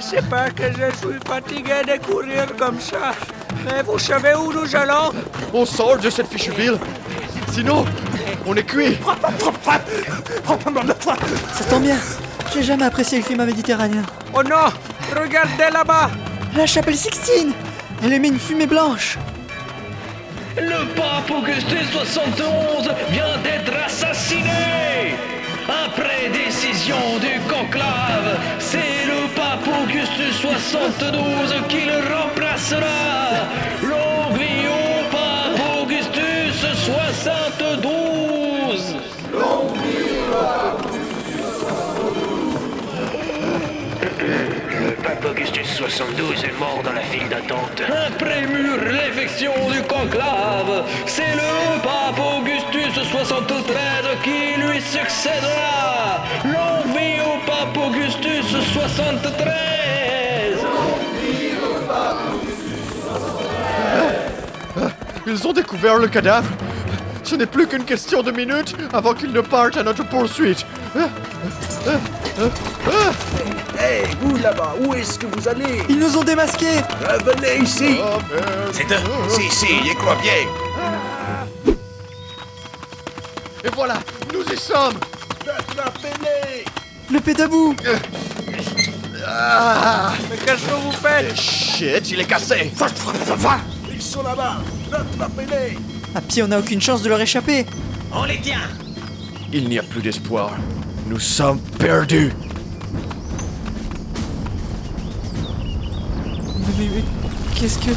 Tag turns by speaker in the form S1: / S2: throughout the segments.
S1: C'est pas que je suis fatigué de courir comme ça. Mais vous savez où nous allons
S2: On sort de cette fichue ville. Sinon, on est cuit.
S3: Ça tombe bien. J'ai jamais apprécié le climat méditerranéen.
S1: Oh non Regardez là-bas
S3: La chapelle Sixtine Elle émet une fumée blanche.
S4: Le pape Augustin 71 vient d'être assassiné Après décision du conclave, c'est le pape Auguste 72 qui le remplacera Longue vie au pape Augustus 72
S5: Pape Augustus 72 est mort dans la file d'attente.
S4: Après mûre réflexion du conclave, c'est le pape Augustus 73 qui lui succédera. Longue vie au pape Augustus 73
S2: Ils ont découvert le cadavre. Ce n'est plus qu'une question de minutes avant qu'ils ne partent à notre poursuite. Hein?
S6: Hé, vous là-bas, Eh, où est-ce que vous allez
S3: Ils nous ont démasqués
S6: Venez ici
S1: Oh.
S2: Ah, merde.
S7: C'est eux. Si, si, y crois bien.
S2: Et voilà, nous y sommes.
S6: Attrapez-les
S3: Le pétabou
S1: Mais qu'est-ce que vous faites
S2: Shit, il est cassé.
S6: Eh, Ils sont là-bas Rattrapez-les
S3: À pied, Ah, on n'a aucune chance de leur échapper.
S4: On les tient
S2: Il n'y a plus d'espoir. Nous sommes perdus.
S3: Mais, mais- mais qu'est-ce que...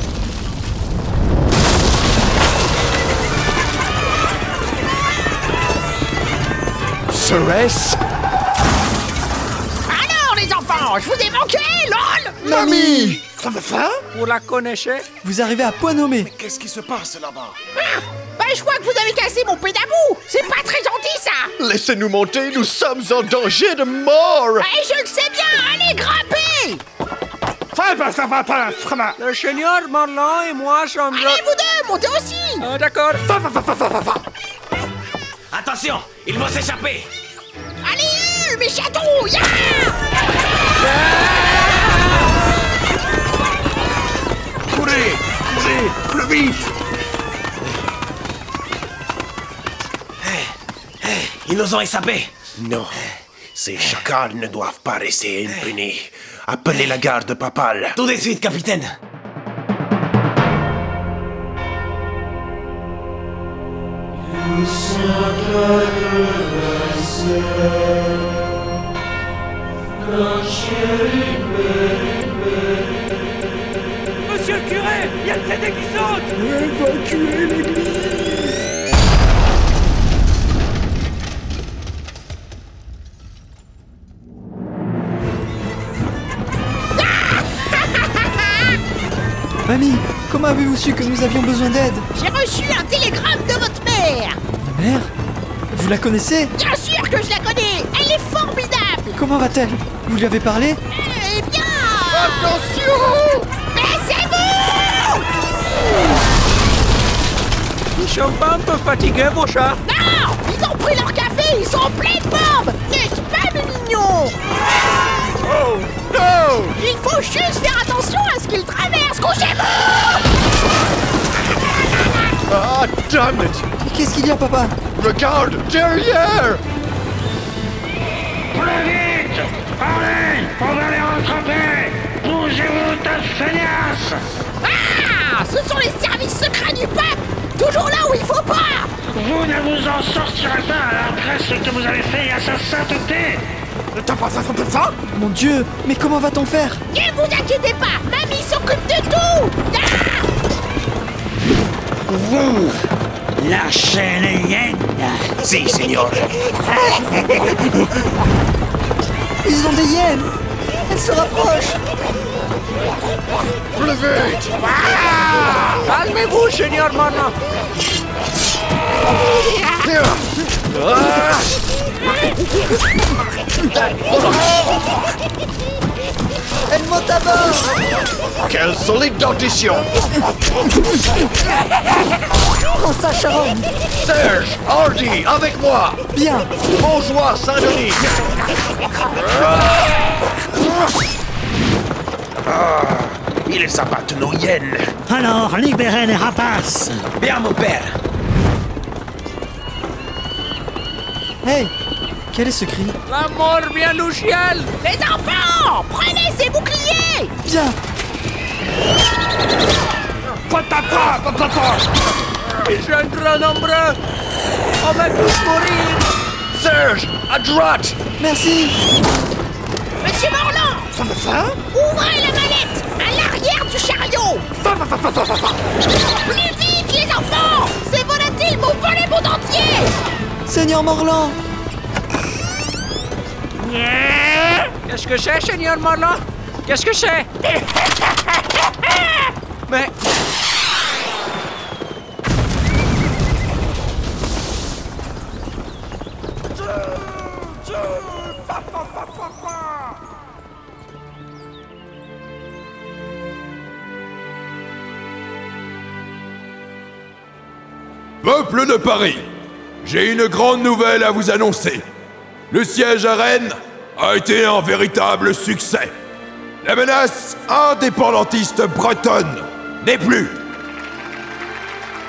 S2: Serait-ce
S8: Alors les enfants, je vous ai manqué, lol
S3: Mamie
S1: Vous la connaissez
S3: Vous arrivez à point nommé.
S6: Qu'est-ce qui se passe là-bas
S8: Bah je crois que vous avez cassé mon pédabou C'est pas très gentil ça
S2: Laissez-nous monter, nous sommes en danger de mort.
S8: Et Ben, je le sais bien, allez grimper
S1: Le seigneur Morlan et moi sommes...
S8: Allez vous deux, montez aussi
S1: Ah, D'accord.
S4: Attention, ils vont s'échapper
S8: Allez, euh, mes chatons, ya
S6: Courez Courez Plus vite
S4: Ils nous ont échappés
S7: Non, ces chacals ne doivent pas rester impunis. Appelez la garde papale.
S4: Tout de suite, capitaine
S1: Monsieur le curé, il y a le CD qui saute
S3: Mamie, comment avez-vous su que nous avions besoin d'aide
S8: J'ai reçu un télégramme de votre mère
S3: Ma mère Vous la connaissez
S8: Bien sûr que je la connais Elle est formidable
S3: Comment va-t-elle Vous lui avez parlé
S8: Eh bien Attention Baissez-vous
S1: Ils sont pas un peu fatigués, vos chats
S8: Non Ils ont pris leur café, ils sont en pleine forme N'est-ce pas, mes mignons
S2: No.
S8: Il faut juste faire attention à ce qu'ils traversent Couchez-vous
S2: Ah, damn it.
S3: Mais Qu'est-ce qu'il y a, papa
S2: Regarde derrière.
S5: Plus vite Allez On va les rattraper Bougez-vous, ta feignasse
S8: Ah Ce sont les services secrets du pape Toujours là où il faut pas
S5: Vous ne vous en sortirez pas après ce que vous avez fait à sa sainteté
S3: Mon Dieu, mais comment va-t-on faire
S8: Ne vous inquiétez pas Mamie s'occupe de tout Ah
S7: Si, signore.
S3: Ils ont des hyènes Elles se rapprochent
S2: Plus vite.
S1: Calmez-vous, seigneur Morlan
S3: Elles montent à bord
S2: Quelle solide dentition.
S3: Prends ça, Sharon
S2: Serge, Hardy, avec moi.
S3: Bien
S2: Bonjour, Saint-Denis.
S7: Ah, ils abattent nos hyènes.
S9: Alors, libérez les rapaces
S1: Bien, mon père.
S3: Hey Quel est ce cri
S1: La mort vient du ciel.
S8: Les enfants Prenez ces boucliers
S3: Bien
S1: Ils sont trop nombreux. On va tous mourir.
S2: Serge, à droite
S3: Merci
S8: Monsieur Morland Ouvrez la mallette À l'arrière du chariot Plus vite, les enfants Ces volatiles m'ont volé mon dentier
S3: Seigneur Morland
S1: Qu'est-ce que c'est, Seigneur Morlan Qu'est-ce que c'est Mais.
S10: Peuple de Paris, j'ai une grande nouvelle à vous annoncer. Le siège à Rennes a été un véritable succès. La menace indépendantiste bretonne n'est plus.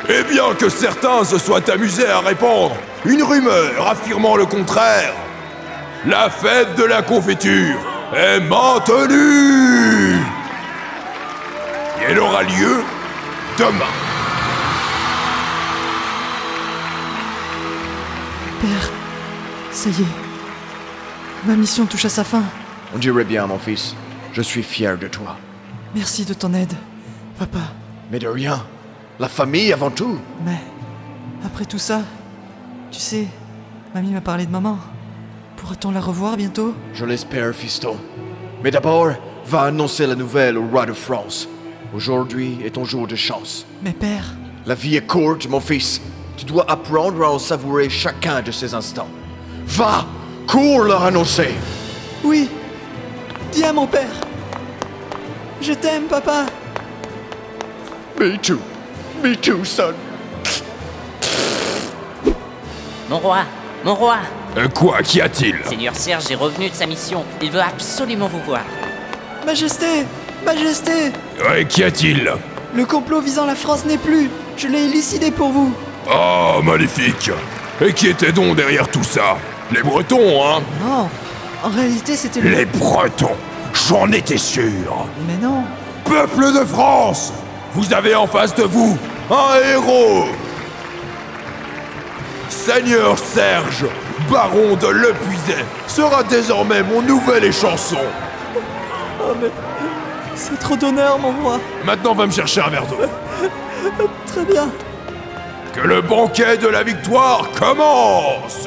S10: Et bien que certains se soient amusés à répandre une rumeur affirmant le contraire, la fête de la confiture est maintenue. Et elle aura lieu demain.
S3: Père, ça y est. Ma mission touche à sa fin.
S2: On dirait bien, mon fils. Je suis fier de toi.
S3: Merci de ton aide, papa.
S2: Mais de rien. La famille avant tout.
S3: Mais après tout ça, tu sais, mamie m'a parlé de maman. Pourra-t-on la revoir bientôt
S2: Je l'espère, fiston. Mais d'abord, va annoncer la nouvelle au roi de France. Aujourd'hui est ton jour de chance.
S3: Mais père,
S2: La vie est courte, mon fils. Tu dois apprendre à en savourer chacun de ces instants. Va Cours leur annoncer
S3: oui. Dis à mon père. Je t'aime, papa.
S2: Me too. Me too, son.
S11: Mon roi, mon roi,
S10: Euh, quoi Qu'y a-t-il
S11: Seigneur Serge est revenu de sa mission. Il veut absolument vous voir.
S3: Majesté, majesté,
S10: Ouais, Qu'y a-t-il
S3: le complot visant la France n'est plus. Je l'ai élucidé pour vous.
S10: Oh, magnifique Et qui était donc derrière tout ça Les Bretons, hein
S3: Non, en réalité, c'était le.
S10: Les Bretons J'en étais sûr
S3: Mais non.
S10: Peuple de France Vous avez en face de vous un héros Seigneur Serge, baron de Lepuiset, sera désormais mon nouvel échanson.
S3: C'est trop d'honneur, mon roi.
S10: Maintenant, va me chercher un verre d'eau.
S3: Très bien.
S10: Que le banquet de la victoire commence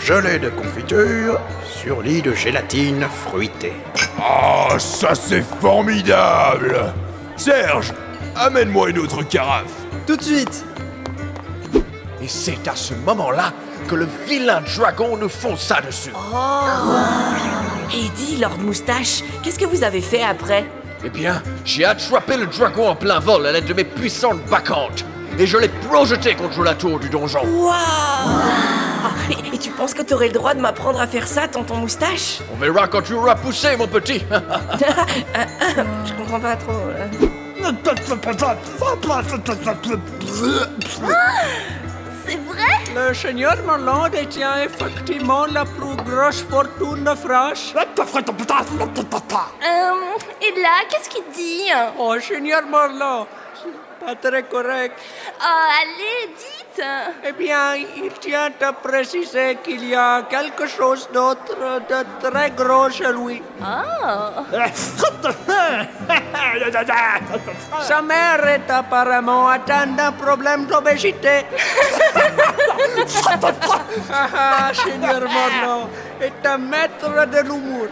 S7: Gelée de confiture sur lit de gélatine fruitée.
S10: Ah, ça c'est formidable Serge, amène-moi une autre carafe.
S3: Tout de suite.
S2: Et c'est à ce moment-là que le vilain dragon nous fonça dessus.
S8: Et dis, Lord Moustache, qu'est-ce que vous avez fait après
S2: Eh bien, j'ai attrapé le dragon en plein vol à l'aide de mes puissantes bacchantes. Et je l'ai projeté contre la tour du donjon.
S8: Waouh et, tu penses que t'aurais le droit de m'apprendre à faire ça, tonton Moustache
S2: On verra quand tu auras poussé, mon petit.
S8: Je comprends pas trop. là.
S1: Le Seigneur Morlan détient effectivement la plus grosse fortune de France.
S8: Euh, et là, qu'est-ce qu'il dit
S1: Oh, Seigneur Morlan, c'est pas très correct.
S8: allez, dites
S1: Eh bien, il tient à préciser qu'il y a quelque chose d'autre de très gros chez lui. Sa mère est apparemment atteinte d'un problème d'obésité. ah, ah, Seigneur Morlan est un maître de l'humour.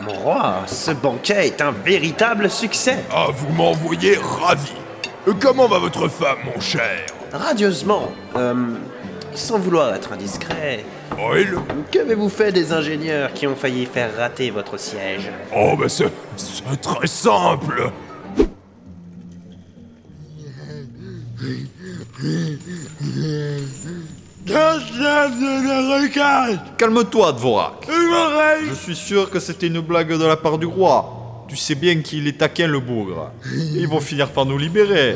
S6: Mon roi, ce banquet est un véritable succès.
S10: Ah, vous m'envoyez ravi. Euh, Comment va votre femme, mon cher
S6: Radieusement, euh, sans vouloir être indiscret,
S10: Boyle
S6: Qu'avez-vous fait des ingénieurs qui ont failli faire rater votre siège
S10: Oh, bah c'est c'est très simple.
S12: Calme-toi, Dvorak. Je suis sûr que c'était une blague de la part du roi. Tu sais bien qu'il est taquin, le bougre. Ils vont finir par nous libérer.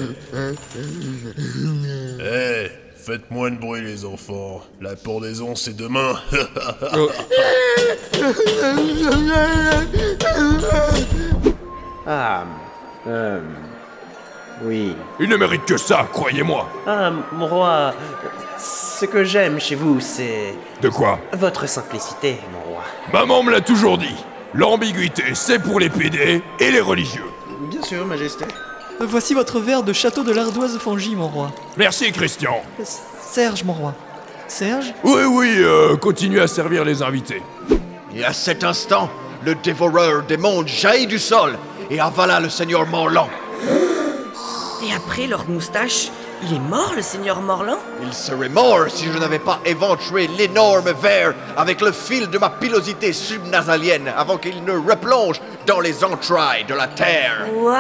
S7: Eh, faites moins de bruit, les enfants. La pendaison, c'est demain.
S6: Ah. Euh. Oui.
S10: Il ne mérite que ça, croyez-moi.
S6: Ah, mon roi. Ce que j'aime chez vous, c'est.
S10: De quoi
S6: Votre simplicité, mon roi.
S10: Maman me l'a toujours dit. L'ambiguïté, c'est pour les PD et les religieux.
S6: Bien sûr, Majesté.
S3: Voici votre verre de château de l'ardoise Fangy, mon roi.
S10: Merci, Christian.
S3: Serge, mon roi. Serge
S10: Oui, oui, euh, continue à servir les invités.
S2: Et à cet instant, le dévoreur des mondes jaillit du sol et avala le seigneur Morlan.
S13: Et après leur moustache, il est mort le seigneur Morlan
S2: Il serait mort si je n'avais pas éventré l'énorme verre avec le fil de ma pilosité subnasalienne avant qu'il ne replonge dans les entrailles de la terre.
S13: Waouh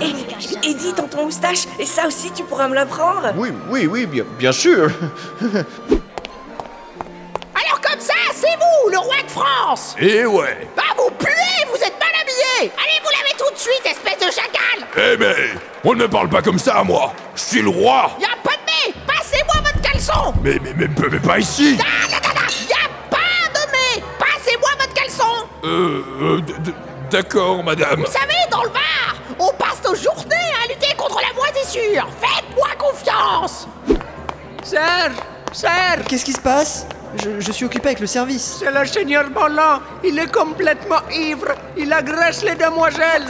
S13: Et Eddie, dans ton moustache, et ça aussi tu pourras me l'apprendre
S2: Oui, oui, oui, bien, bien sûr.
S8: Alors comme ça, c'est vous, le roi de France
S10: Et Eh ouais.
S8: Bah vous puez, vous êtes mal habillé Allez vous laver tout de suite, espèce de chacal
S10: Eh mais, on ne me parle pas comme ça à moi. Je suis le roi.
S8: Y'a pas de mais Passez-moi votre caleçon
S10: Mais, mais, mais, mais pas ici.
S8: Da, da, da, da. Y'a pas de mais Passez-moi votre caleçon
S10: Euh, euh, d- d- d'accord, madame.
S8: Vous savez, dans le bar, on passe nos journées à lutter contre la moisissure Faites-moi confiance
S1: Serge Serge
S3: Qu'est-ce qui se passe je, je suis occupé avec le service.
S1: C'est le seigneur Morlan. Il est complètement ivre. Il agresse les demoiselles.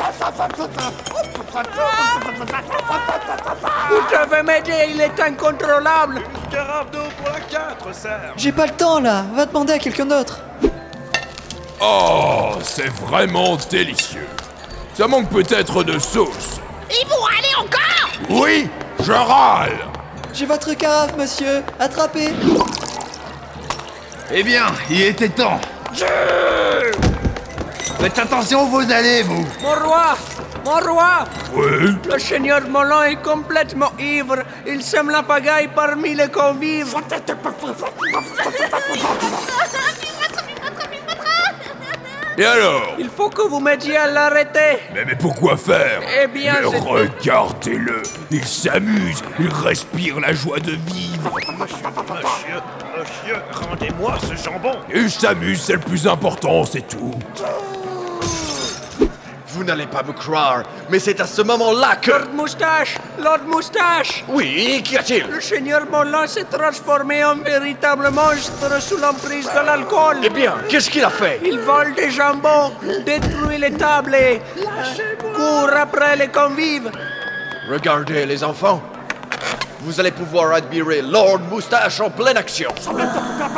S1: Vous devez m'aider. Il est incontrôlable.
S6: Carafe d'eau pour la 4, Serge
S3: J'ai pas le temps là, va demander à quelqu'un d'autre.
S10: Oh, c'est vraiment délicieux. Ça manque peut-être de sauce.
S8: Et vous râlez encore
S10: Oui, je râle.
S3: J'ai votre carafe, monsieur, attrapez
S14: Eh bien, il était temps. Faites attention où vous allez, vous.
S1: Mon roi Mon roi
S10: Oui
S1: Le seigneur Morlan est complètement ivre. Il sème la pagaille parmi les convives.
S10: Et alors
S1: Il faut que vous m'aidiez à l'arrêter.
S10: mais, mais pourquoi faire
S1: Eh bien,
S10: Mais
S1: c'est-
S10: regardez-le Il s'amuse Il respire la joie de vivre
S6: Monsieur, monsieur, rendez-moi ce jambon
S10: Il s'amuse, c'est le plus important, c'est tout
S2: Vous n'allez pas me croire, mais c'est à ce moment-là que...
S1: Lord Moustache Lord Moustache
S2: Oui, qu'y a-t-il
S1: Le seigneur Morlan s'est transformé en véritable monstre sous l'emprise de l'alcool.
S2: Eh bien, qu'est-ce qu'il a fait
S1: Il vole des jambons, détruit les tables et euh, court après les convives.
S2: Regardez, les enfants. Vous allez pouvoir admirer Lord Moustache en pleine action.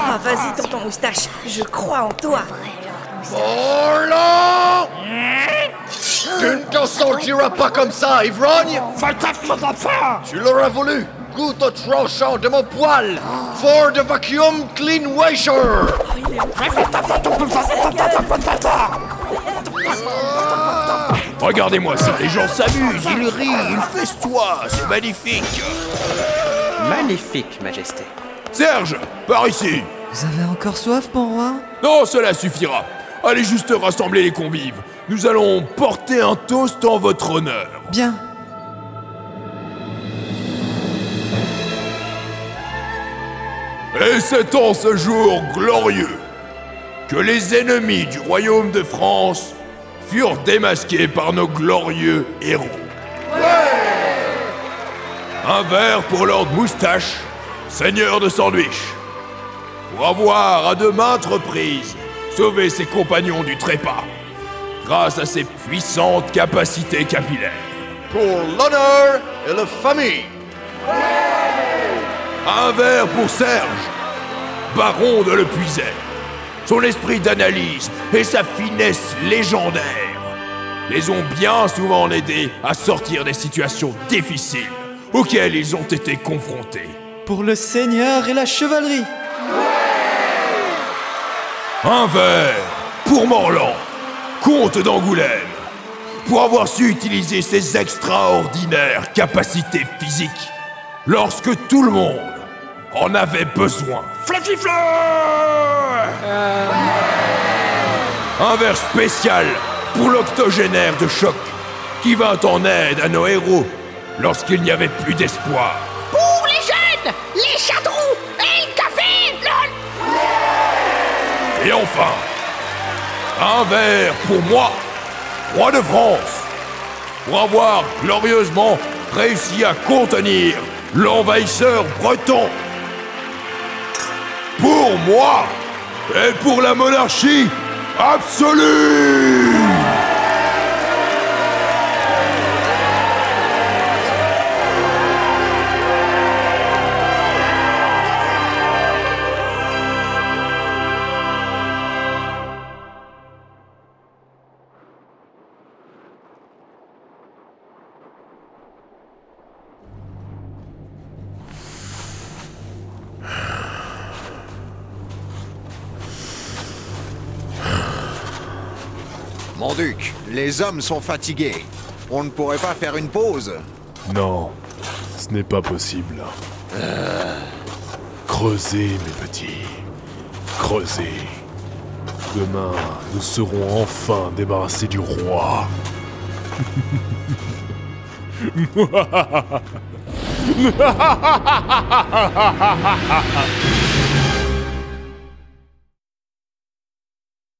S13: Ah, vas-y, tonton moustache, je crois en toi
S2: Morlan Tu ne t'en sortiras pas comme ça, ivrogne Tu l'auras voulu Goûte au tranchant de mon poil Ford Vacuum Clean Washer
S10: Regardez-moi ça, les gens s'amusent, ils rient, ils festoient, c'est magnifique
S6: Magnifique, Majesté.
S10: Serge, par ici
S3: Vous avez encore soif, mon roi
S10: Non, cela suffira Allez juste rassembler les convives Nous allons porter un toast en votre honneur
S3: Bien.
S10: Et c'est en ce jour glorieux que les ennemis du royaume de France furent démasqués par nos glorieux héros. Un verre pour Lord Moustache, seigneur de sandwich, pour avoir à de maintes reprises sauvé ses compagnons du trépas grâce à ses puissantes capacités capillaires.
S2: Pour l'honneur et la famille
S10: Un verre pour Serge, baron de Le Puiset. Son esprit d'analyse et sa finesse légendaire les ont bien souvent aidés à sortir des situations difficiles auxquelles ils ont été confrontés.
S3: Pour le seigneur et la chevalerie
S10: Un verre pour Morlan, comte d'Angoulême, pour avoir su utiliser ses extraordinaires capacités physiques lorsque tout le monde en avait besoin. Euh.
S5: Flashy Fleur
S10: Un verre spécial pour l'octogénaire de choc qui vint en aide à nos héros lorsqu'il n'y avait plus d'espoir.
S8: Pour les jeunes, les chatrous et le café le-
S10: Et enfin, un verre pour moi, roi de France, pour avoir glorieusement réussi à contenir l'envahisseur breton. Pour moi et pour la monarchie absolue
S15: Mon duc, les hommes sont fatigués. On ne pourrait pas faire une pause.
S16: Non, ce n'est pas possible. Creusez, mes petits. Creusez. Demain, nous serons enfin débarrassés du roi.